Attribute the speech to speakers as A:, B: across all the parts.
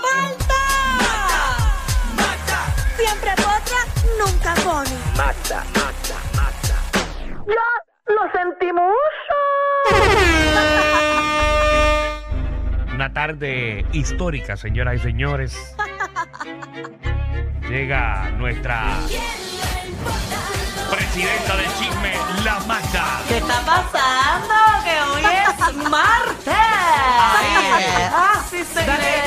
A: Malta! Siempre potra, nunca pone.
B: Una tarde histórica, señoras y señores. Llega nuestra presidenta del chisme, la Magda.
C: ¿Qué está pasando? Que hoy es martes. Así se cree.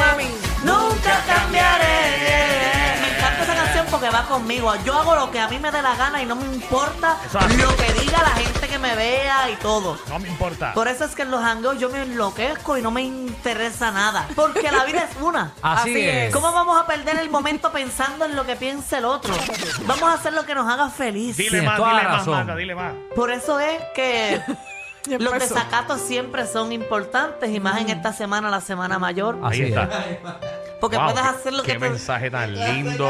C: Nunca cambiaré. Me encanta esa canción porque va conmigo. Yo hago lo que a mí me dé la gana y no me importa
B: Eso es así.
C: lo que diga la gente que me vea y todo.
B: No me importa.
C: Por eso es que en los hangos yo me enloquezco y no me interesa nada. Porque la vida es una.
D: Así es.
C: ¿Cómo vamos a perder el momento pensando en lo que piensa el otro? Vamos a hacer lo que nos haga feliz.
B: Dile
D: Tienes
B: más,
D: toda
B: dile
D: la
B: más,
D: razón.
B: Magda, dile más.
C: Por eso es que los desacatos siempre son importantes y más en esta semana, la semana mayor.
B: Ahí
D: Así es.
B: está.
C: Porque
B: Ah, Wow,
C: puedes hacer lo que
B: Qué
C: tú...
B: mensaje tan lindo.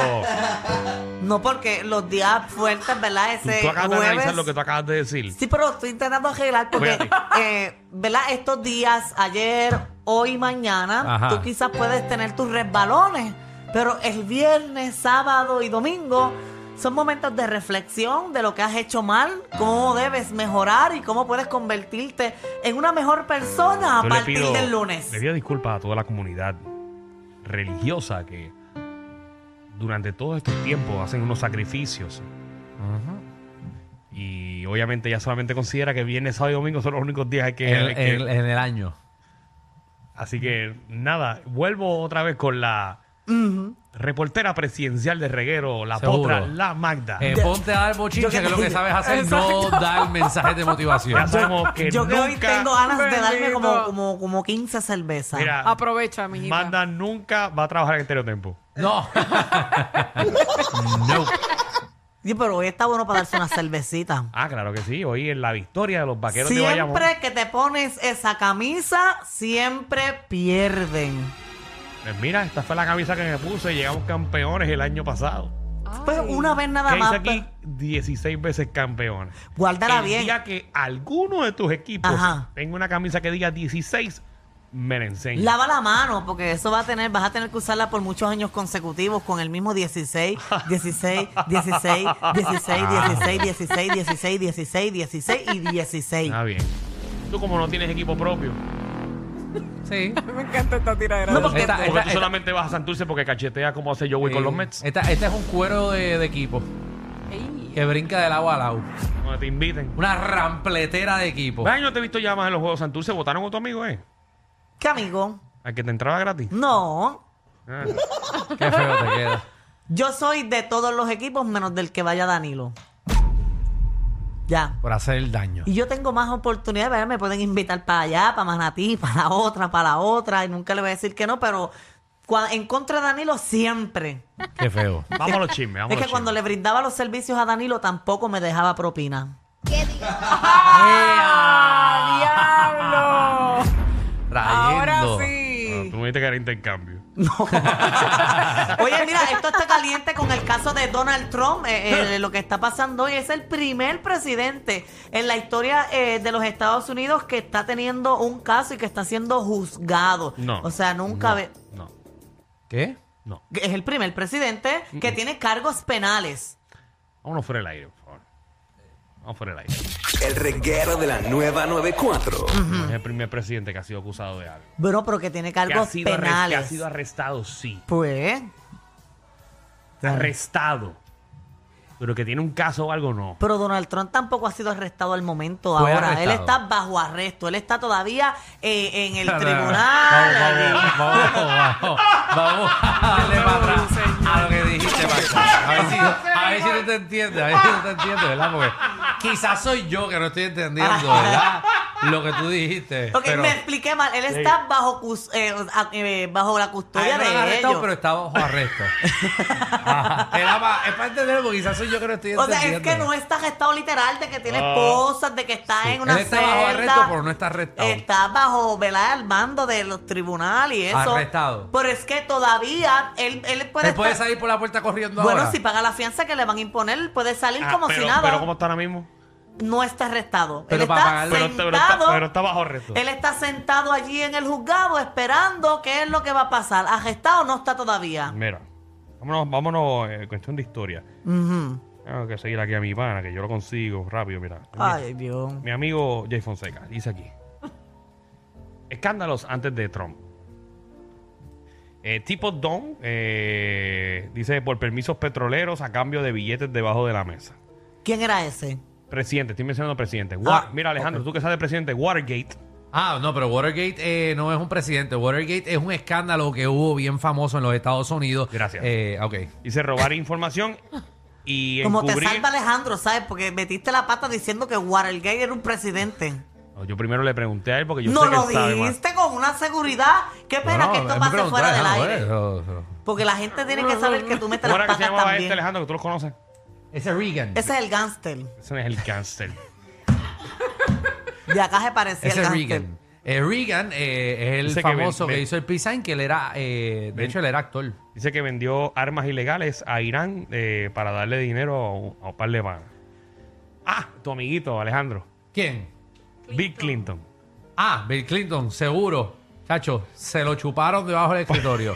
C: No, porque los días fuertes, ¿verdad?
B: Tú,
C: Ese
B: tú acabas de analizar
C: jueves...
B: lo que tú acabas de decir.
C: Sí, pero estoy intentando arreglar porque,
B: Cuídate.
C: eh, ¿verdad? Estos días, ayer, hoy, mañana,
D: Ajá.
C: tú quizás puedes tener tus resbalones, pero el viernes, sábado y domingo son momentos de reflexión de lo que has hecho mal, cómo debes mejorar y cómo puedes convertirte en una mejor persona a
B: Yo le
C: partir
B: pido-
C: del lunes.
B: Le pido disculpas a toda la comunidad religiosa que durante todo este tiempo hacen unos sacrificios. Y obviamente ella solamente considera que viernes, sábado y domingo son los únicos días que...
D: En, el-
B: que-
D: en el- en el año.
B: Así que nada, vuelvo otra vez con la reportera presidencial de reguero, la
D: Seguro.
B: potra, la Magda.
D: Eh, ponte a dar bochinche, que es lo que sabes hacer, no dar mensajes de
B: Ya
D: motivación.
B: somos que
C: Yo que
B: nunca...
C: hoy tengo ganas de darme
E: Bendito.
C: como, como, como 15 cervezas.
B: Mira,
E: Aprovecha, mijita.
B: Magda nunca va a trabajar en Estereotempo.
D: No. no.
C: Sí, pero hoy está bueno para darse una cervecita.
B: Ah, claro que sí, hoy en la victoria de los vaqueros de Bayamón.
C: Siempre que te pones esa camisa, siempre pierden.
B: Pues mira, esta fue la camisa que me puse. Llegamos campeones el año pasado.
C: Pues una vez nada
B: ¿Qué hice
C: más. pues,
B: aquí? 16 veces campeones.
C: Guárdala
B: el
C: bien.
B: día que alguno de tus equipos
C: Ajá.
B: tenga una camisa que diga 16, me la enseña.
C: Lava la mano, porque eso va a tener, vas a tener que usarla por muchos años consecutivos con el mismo 16, 16, 16, 16, 16, 16, 16, 16, 16 y 16.
B: Está Ah, bien. Tú como no tienes equipo propio,
D: Sí.
E: Me encanta esta tiradera.
C: No, porque
B: porque tú solamente vas a Santurce porque cachetea como hace Joey
C: Eh,
B: con los Mets.
D: eh, Esta, esta es un cuero de, de equipo que brinca del agua al agua.
B: Cuando te inviten.
D: Una rampletera de equipo.
B: Ay, no te he visto ya más en los Juegos Santurce. ¿Votaron con tu amigo, eh?
C: ¿Qué amigo?
B: Al que te entraba gratis.
C: No.
B: Ah.
D: Qué feo te queda.
C: Yo soy de todos los equipos menos del que vaya Danilo. Ya.
D: Por hacer el daño.
C: Y yo tengo más oportunidades, ¿verdad? Me pueden invitar para allá, para Manatí, para la otra, para la otra, y nunca le voy a decir que no, pero cua- en contra de Danilo siempre.
D: Qué feo.
B: Vamos a los chismes, vamos a
C: es que
B: los
C: cuando le
B: chismes.
C: brindaba los servicios a Danilo tampoco me dejaba propina.
E: ¡Ah, diablo! Ahora
D: Trayendo.
B: Ah,
E: sí.
B: tú me dijiste que era intercambio.
C: Oye, mira, esto está caliente con el caso de Donald Trump. eh, eh, lo que está pasando hoy es el primer presidente en la historia eh, de los Estados Unidos que está teniendo un caso y que está siendo juzgado.
B: No.
C: O sea, nunca... ve-
B: No,
D: ¿Qué?
B: no.
C: Es el primer presidente que tiene cargos penales.
B: Vámonos fuera del aire, por favor. Vamos fuera del aire.
F: El reguero de la nueva 94.
B: Es el primer presidente que ha sido acusado de algo.
C: Bro, pero que tiene
B: Que ha,
C: cargos
B: sido arre- que
C: penales.
B: ha sido arrestado, sí.
C: Pues,
B: Arrestado. Pero que tiene un caso o algo, no.
C: pero Donald Trump tampoco ha sido arrestado al momento
D: Fue
C: ahora. Él
D: arrestado.
C: está bajo arresto. Él está todavía eh, en el
D: Vamos,
C: tribunal.
D: vamos, vamos, vamos. Vamos a darle para atrás a lo que dijiste, Magda. A ver si, a ver si no te entiendes, a ver si no te entiendes, ¿verdad? Porque quizás soy yo que no estoy entendiendo, ¿verdad? lo que tú dijiste.
C: Ok,
D: pero
C: me expliqué mal. Él está bajo, cus- eh, a- eh, bajo la
D: a él
C: custodia
D: Ah, no lo han
C: de
D: arrestado,
C: ellos.
D: pero está bajo arresto. Ajá. Era pa- es para entenderlo, porque quizás soy yo que lo estoy
C: o
D: entendiendo.
C: sea, es que no está arrestado literal, de que tiene
B: Ah.
C: esposas, de que está en una
D: Él está bajo
C: celda.
D: arresto, pero no está arrestado.
C: Está bajo velar al mando de los tribunales y eso.
D: Arrestado.
C: Pero es que todavía él, él puede
D: Él puede
C: estar-
D: salir por la puerta corriendo
C: Bueno,
D: ahora.
C: si paga la fianza que le van a imponer, él puede salir
B: Ah,
C: como
B: pero,
C: si nada.
B: Pero ¿cómo está ahora mismo?
C: No está arrestado.
D: Pero
C: él
D: para
C: está
D: pagarle-
B: Pero,
C: sentado.
B: está, pero, está, pero está bajo arresto.
C: Él está sentado allí en el juzgado esperando qué es lo que va a pasar. Arrestado no está todavía.
B: Mira, vámonos, vámonos, eh, cuestión de historia.
C: Ujú.
B: Tengo que seguir aquí a mi pana, que yo lo consigo rápido, mira.
C: Ay, Dios.
B: Mi amigo Jay Fonseca dice aquí: Escándalos antes de Trump. Eh, tipo Don eh, dice: por permisos petroleros a cambio de billetes debajo de la mesa.
C: ¿Quién era ese?
B: Presidente, estoy mencionando presidente.
D: Ah,
B: Wa- mira, Alejandro, tú que sabes de presidente, Watergate.
D: Ah, no, pero Watergate eh, no es un presidente. Watergate es un escándalo que hubo bien famoso en los Estados Unidos.
B: Gracias.
D: Eh, ok.
B: Dice robar información y
C: Como te
B: encubrir.
C: salva Alejandro, ¿sabes? Porque metiste la pata diciendo que Watergate era un presidente.
B: No, yo primero le pregunté a él porque yo
C: no
B: sé que
C: lo
B: él sabe más.
C: dijiste con una seguridad. Qué pena
D: Bueno,
C: que esto
D: me
C: pase
D: preguntó
C: fuera del
D: Alejandro,
C: aire.
D: eh, eso, eso.
C: Porque la gente tiene que saber que tú metes
B: ¿Cómo
C: las
B: era que se
C: patas
B: llamaba
C: también.
B: este, Alejandro, que tú los conoces?
D: Ese es Reagan.
C: Ese es el gángster.
B: Ese es el cáncer.
C: De acá se parecía
D: Ese
C: el
D: es
C: gángster.
D: Reagan. Eh, Reagan eh, es el
B: Dice que
D: famoso que,
B: ven- ven-
D: hizo el Pisan, que él era, eh, de hecho, él era actor.
B: Dice que vendió armas ilegales a Irán eh, para darle dinero a un, a un par de panas. Ah, tu amiguito, Alejandro.
D: ¿Quién?
B: Bill Clinton.
D: Ah, Bill Clinton, seguro. Chacho, se lo chuparon debajo del escritorio.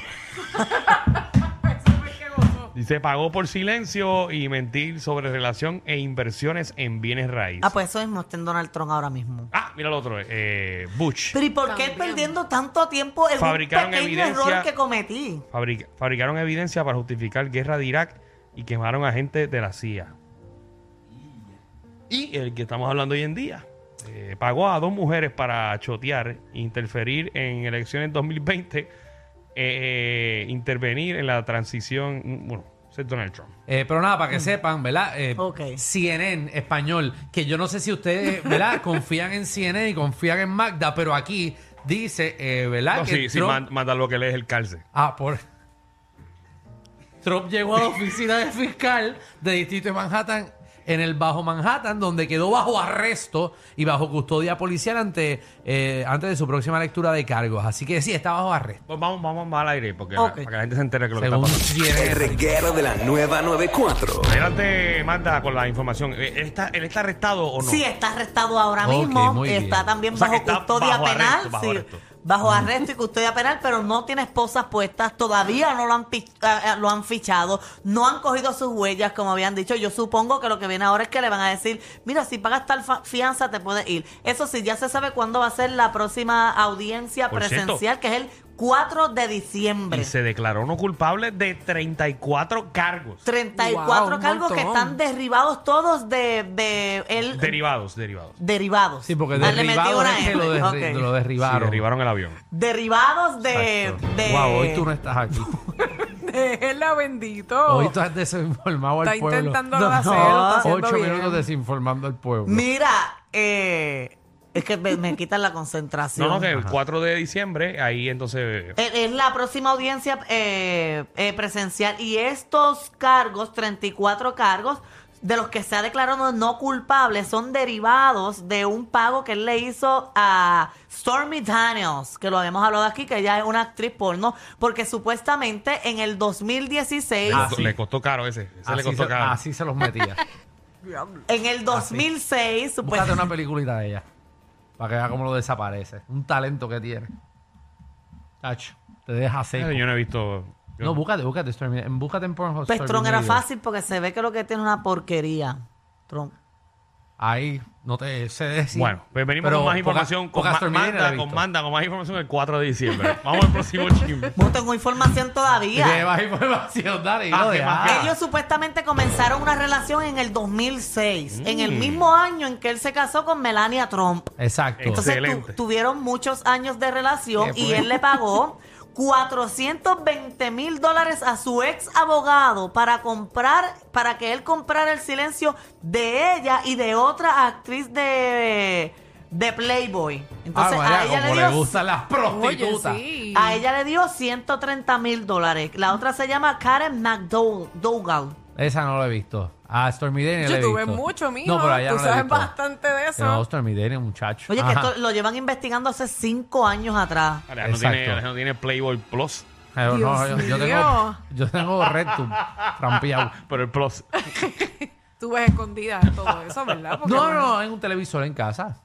B: Dice, pagó por silencio y mentir sobre relación e inversiones en bienes raíces.
C: Ah, pues eso mismo está en Donald Trump ahora mismo.
B: Ah, mira el otro, eh, Bush.
C: Pero ¿y por qué perdiendo tanto tiempo en un
B: Fabricaron
C: pequeño
B: evidencia-
C: error que cometí?
B: Fabric- fabricaron evidencia para justificar guerra de Irak y quemaron a gente de la CIA. Y el que estamos hablando hoy en día. eh, pagó a dos mujeres para chotear, interferir en elecciones 2020, eh, intervenir en la transición. mm, Bueno, ese es Donald Trump.
D: Eh, pero nada, para que sepan, ¿verdad? Eh,
C: Ok.
D: CNN español, que yo no sé si ustedes, ¿verdad? confían en CNN y confían en Magda, pero aquí dice, eh, ¿verdad?
B: No,
D: que
B: sí, sí,
D: Trump-
B: man- manda lo que lees el cárcel.
D: Ah, por. Trump llegó a la oficina del fiscal de Distrito de Manhattan en el Bajo Manhattan, donde quedó bajo arresto y bajo custodia policial ante, eh, antes de su próxima lectura de cargos. Así que sí, está bajo arresto.
B: Pues vamos, vamos al aire porque
C: Ok.
B: para que la gente se entere que lo
D: Según
B: que está pasando.
D: CNN.
F: El reguero de la nueva 94.
B: Adelante, manda con la información. Eh, ¿Él está, él está arrestado o no?
C: Sí, está arrestado ahora
D: Ok,
C: mismo.
D: muy bien.
C: Está también
B: O sea,
C: bajo
B: que está
C: custodia
B: bajo
C: penal.
B: arresto, bajo
C: sí,
B: arresto.
C: bajo arresto y custodia penal, pero no tiene esposas puestas. Todavía no lo han, pi- ah, ah, lo han fichado. No han cogido sus huellas, como habían dicho. Yo supongo que lo que viene ahora es que le van a decir: Mira, si pagas tal fa- fianza, te puedes ir. Eso sí, ya se sabe cuándo va a ser la próxima audiencia
B: Por cierto.
C: presencial, que es el 4 de diciembre.
B: Y se declaró no culpable de 34 cargos
C: 34
E: Wow, un
C: cargos que
E: montón.
C: están derribados todos de, de él
B: derivados, derivados.
C: derivados.
D: Sí, porque
C: Ah, le metí
D: derribados
C: una
D: es que
C: M.
D: lo, derri-
C: Ok.
D: lo
B: Sí,
D: derribaron.
B: derribaron el avión.
C: Derivados de.
D: Exacto.
C: de-
D: Guau, hoy tú no estás aquí.
E: Déjela, bendito.
D: Hoy tú has desinformado al
E: Está
D: pueblo.
E: intentando hacerlo, está haciendo
D: Ocho
E: bien.
D: minutos desinformando al pueblo.
C: Mira, eh, es que me, me quitan la concentración.
B: No, no, que el 4 de diciembre, ahí entonces.
C: Eh, Es es la próxima audiencia eh, eh, presencial y estos cargos, 34 cargos, de los que se ha declarado no culpable, son derivados de un pago que él le hizo a Stormy Daniels, que lo habíamos hablado aquí, que ella es una actriz porno, porque supuestamente en el 2016...
D: Ah,
B: le, co-
D: sí.
B: le costó caro ese. Ese le
D: así,
B: costó
D: se,
B: caro.
D: así se los metía.
C: En el 2006,
D: Ah, Búscate
C: supuestamente...
D: una peliculita de ella. Para que vea cómo lo desaparece. Un talento que tiene. Tacho, te deja seco.
B: Eh, Yo no he visto. yo-
D: No, búscate, búscate. Stormy- en- búscate en Pornhub.
C: Pues
D: Stormy
C: Tron era
D: Media.
C: fácil porque se ve que lo que tiene es una porquería. Tron.
D: Ahí, no te sé decir.
B: Bueno, pues venimos
D: Pero
B: con más
D: poca-
B: información. Con,
D: poca
B: ma-
D: Stormy Media la
B: manda,
D: he
B: con
D: visto.
B: manda, con más información el 4 de diciembre. Vamos al próximo chisme.
C: No tengo información
D: Tiene
C: todavía.
D: más información, dale.
B: Ah,
D: no,
B: que
D: deja.
B: más que-
C: Ellos supuestamente comenzaron una relación en el 2006, en
D: Mm.
C: el mismo año en que él se casó con Melania Trump.
D: Exacto.
B: Entonces-
C: Entonces tu-
B: Excelente.
C: tuvieron muchos años de relación
D: Qué
C: y
D: bueno.
C: él le pagó 420 mil dólares a su ex abogado para comprar, para que él comprara el silencio de ella y de otra actriz de, de Playboy. Entonces,
D: ah, María,
C: a, ella le
D: como le
C: dio,
D: gustan las
E: Oye,
D: prostitutas.
E: sí.
C: a ella le dio 130 mil dólares. La otra se llama Karen McDougall.
D: Esa no la he visto. Ah, Stormy Daniels la he
E: Yo tuve
D: visto.
E: Pues mucho, mijo.
D: No, pero allá
E: Tú
D: no la he
E: sabes
D: visto.
E: bastante de eso.
D: No, Stormy Daniels, muchacho.
C: Oye, que
D: Ajá.
C: esto lo llevan investigando hace cinco años atrás.
B: Alejandro tiene,
D: Exacto.
B: Alejandro tiene Playboy Plus,
D: Pero Eh, no, yo,
E: Dios
D: yo tengo,
E: mío. Ah,
D: yo tengo Rectum trampeado.
B: pero el Plus.
E: Tú ves escondidas todo eso, ¿verdad? Porque,
D: No,
E: bueno,
D: no, en un televisor en casa.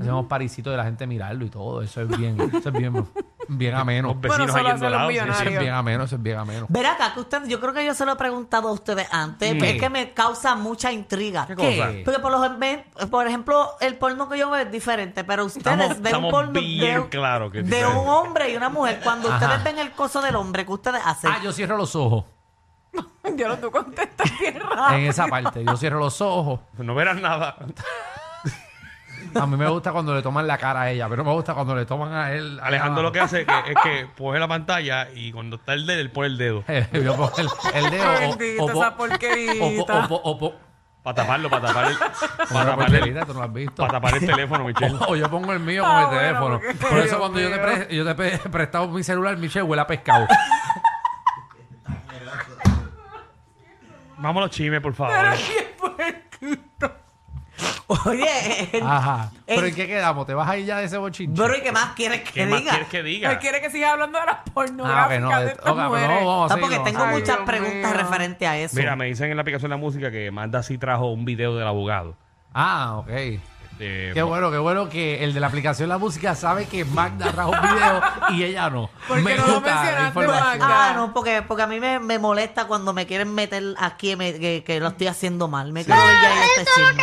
D: Hacemos parisitos de la gente mirarlo y todo. Eso es bien, eso es bien, bien ameno.
B: Los
E: Bueno,
B: vecinos
E: eso lo
B: yendo
E: hacen
B: al
E: los
B: lado, sí,
D: Eso es
E: millonarios.
D: bien ameno, eso es bien ameno.
C: Ver acá que usted, yo creo que yo se lo he preguntado a ustedes antes, pero es que me causa mucha intriga.
D: ¿Qué cosa?
C: Porque por, los, ven- por ejemplo, el porno que yo veo es diferente, pero ustedes
B: Estamos-
C: ven
B: estamos
C: un porno
B: bien
C: de,
B: claro que es
C: de
B: diferente.
C: un hombre y una mujer. Cuando
D: Ajá.
C: ustedes ven el coso del hombre, que ustedes hacen?
D: Ah, yo cierro los ojos
E: yo no, tú contestas bien
D: en
E: rápido.
D: esa parte. Yo cierro los ojos.
B: Pues No verás nada.
D: A mí me gusta cuando le toman la cara a ella, pero no me gusta cuando le toman a él.
B: Alejandro lo que hace es que, es que pone la pantalla y cuando está el dedo, él pone el dedo.
D: que... Eh, yo pongo el, el dedo. o-
E: Bendita
D: o po-
E: esa
D: o po-
E: porquerita.
D: o po- o po-
B: Para taparlo, para tapar el, para
D: Una
B: tapar el,
D: porquerita, tú no lo has visto.
B: para tapar el teléfono, Michelle.
D: O, o yo pongo el mío
E: Ah,
D: con el
E: bueno,
D: teléfono.
E: porque-
D: Por eso
E: Dios
D: cuando yo te,
E: mío.
D: pre- yo te pe- he prestado mi celular, Michelle huele a pescado.
B: Vamos a los chimes, por favor.
C: Oye, eh,
B: Ah.
D: Ajá. ¿Pero
C: Ey.
D: en qué quedamos? ¿Te vas a ir ya de ese bochinche?
C: bro, ¿y qué más quieres que
B: ¿Qué más
C: diga?
B: quieres que diga?
E: Él quiere que siga hablando de las
D: Ah, que
E: pornográficas
D: no.
E: de
D: de-
E: estas
D: ok, pero
E: mujeres.
D: no, vamos a
C: Ah, porque
D: seguir,
C: tengo
D: vamos a
E: Ay,
C: muchas
E: Dios
C: preguntas
E: mío.
C: referente a eso.
B: Mira, me dicen en la aplicación de la música que Manda sí trajo un video del abogado.
D: seguir. Ah, ok.
B: Este,
D: Qué bueno, qué bueno que el de la aplicación La Música sabe que Magda trajo un video y ella no.
E: Porque no lo mencionaste,
D: información.
E: Magda.
C: Ah, no, porque, porque a mí me, me molesta cuando me quieren meter aquí me- que, que lo estoy haciendo mal. Me quiero ver ya en este chisme.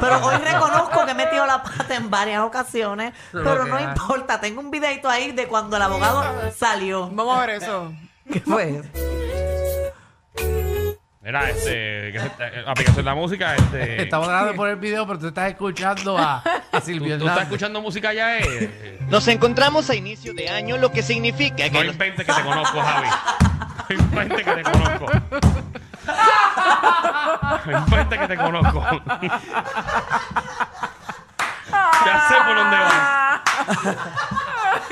C: Pero hoy reconozco que he metido la pata en varias ocasiones,
D: Eso es lo
C: pero
D: que
C: no
D: hay.
C: importa. Tengo un videito ahí de cuando el abogado salió.
E: Vamos a ver eso.
C: ¿Qué fue?
B: Era este, que se- la aplicación de la música, este.
D: Estamos tratando de poner el video, pero tú estás escuchando a, a
B: ¿tú,
D: Silvio
B: tú estás
D: Hernández.
B: escuchando música ya, eh.
G: Nos encontramos a inicio de año, lo que significa
B: No
G: que los
B: inventes que te conozco, Javi. No inventes que te conozco. No inventes que te conozco. ya sé por dónde
E: Ah,
B: vas.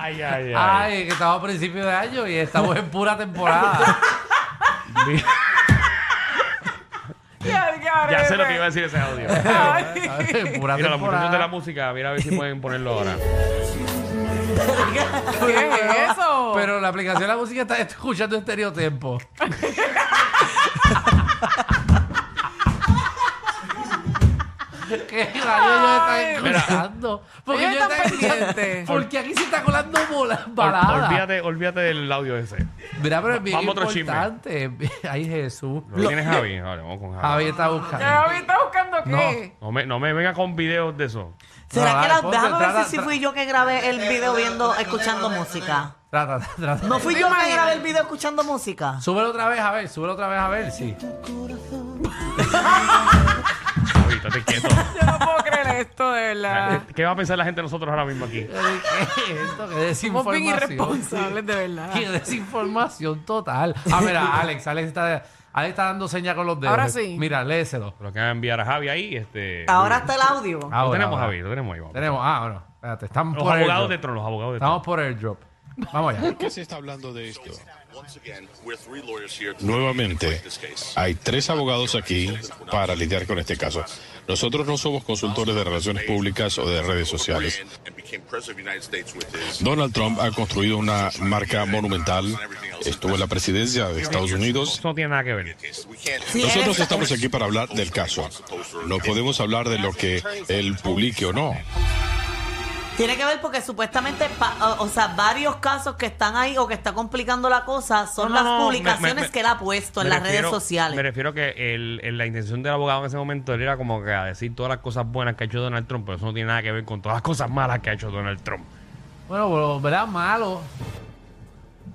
B: Ay, ay, ay.
D: Ay, que estamos a principio de año y estamos en pura temporada.
B: Mi-
E: Ya,
B: Ya sé lo que iba a decir ese audio.
D: Estamos en pura
B: Mira, los muchachos de la
D: temporada.
B: música, mira a ver si pueden ponerlo ahora.
E: ¿Qué es eso?
D: Pero la aplicación La Música está escuchando estereotempo. ¿Qué radio ellos están
B: Mira.
D: escuchando? Porque
E: Ellos
D: ellos están
E: están
D: pendientes.
E: pendientes.
D: Porque aquí se está colando bola-
B: Ol-
D: balada.
B: olvídate, olvídate del audio ese.
D: Mira, pero es bien
B: Vamos a otro chisme.
D: importante. Ay, Jesús.
B: ¿Lo tiene Javi? Ahora vamos con Javi.
D: Javi está buscando.
E: Javi está buscando qué.
B: No me, no me venga con videos de eso.
C: ¿Será
D: No,
C: que la,
D: ponte,
C: déjame ver
D: trata-
C: si, si
D: tra-
C: fui yo que grabé el video viendo, escuchando música.
D: Trata, trata, trata.
C: ¿No fui yo que grabé el video escuchando música?
D: Súbelo otra vez, a ver, súbelo otra vez, a ver, sí.
B: Javi, estate quieto.
E: Yo no puedo creer esto, de verdad.
B: ¿Qué va a pensar la gente de nosotros ahora mismo aquí?
D: ¿Qué es esto? Qué
E: Somos bien
D: desinformación.
E: irresponsables, de verdad.
D: Qué desinformación total. Ah, mira, Alex, Alex está, Alex está dando señas con los dedos.
E: Ahora sí.
D: Mira, léeselo.
B: Lo que va a enviar a Javi ahí, este.
C: Ahora está el audio.
D: Ah,
B: Lo
D: ahora,
B: tenemos,
D: ahora.
B: Javi, lo tenemos ahí. vamos.
D: Tenemos, ah, bueno, espérate, estamos
B: Los
D: por
B: abogados de
D: airdrop.
B: Tron, los abogados de Tron.
D: Estamos por airdrop. Vamos allá.
H: ¿Por qué se está hablando de esto? Nuevamente, hay tres abogados aquí para lidiar con este caso. Nosotros no somos consultores de relaciones públicas o de redes sociales. Donald Trump ha construido una marca monumental. Estuvo en la presidencia de Estados Unidos.
B: Eso no tiene nada que ver.
C: Sí,
H: Nosotros
C: él-
H: estamos aquí para hablar del caso. No podemos hablar de lo que él publique o no.
C: Tiene que ver porque supuestamente, pa- o o sea, varios casos que están ahí o que está complicando la cosa son
B: No, no,
C: las
B: no, me-
C: publicaciones
B: me- me-
C: que él ha puesto en
B: Me
C: las
B: refiero-
C: redes sociales.
B: Me refiero que el, el- la intención del abogado en ese momento él era como que a decir todas las cosas buenas que ha hecho Donald Trump, pero eso no tiene nada que ver con todas las cosas malas que ha hecho Donald Trump.
D: Bueno, pero, ¿verdad? Malo.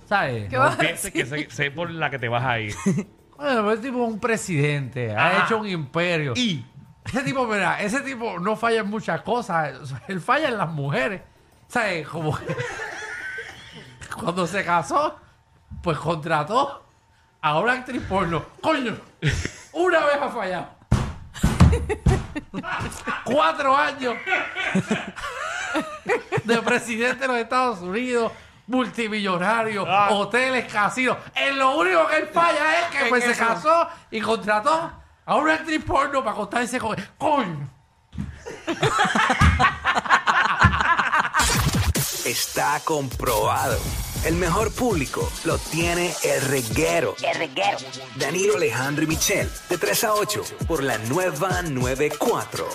D: ¿Sabes?
E: ¿Qué
C: Ah,
E: va a
B: Pienses
E: decir?
B: que sé, sé por la que te vas a ir.
D: Bueno, pero es tipo un presidente, ha
B: Ajá.
D: hecho un imperio.
B: Y-
D: Ese tipo, mira, ese tipo no falla en muchas cosas. O sea, Él falla en las mujeres. ¿Sabes? Como que- cuando se casó, pues contrató a una actriz porno. ¡Coño! Una vez ha fallado. Cuatro años de presidente de los Estados Unidos, multimillonario,
B: Ah.
D: hoteles, casinos. En lo único que él falla es que
E: En
D: pues, se
E: eso.
D: casó y contrató a una actriz porno para acostarse con él. ¡Coño!
F: Está comprobado. El mejor público lo tiene el reguero. El reguero. Danilo Alejandro y Michel, de 3 a 8, por la nueva 94.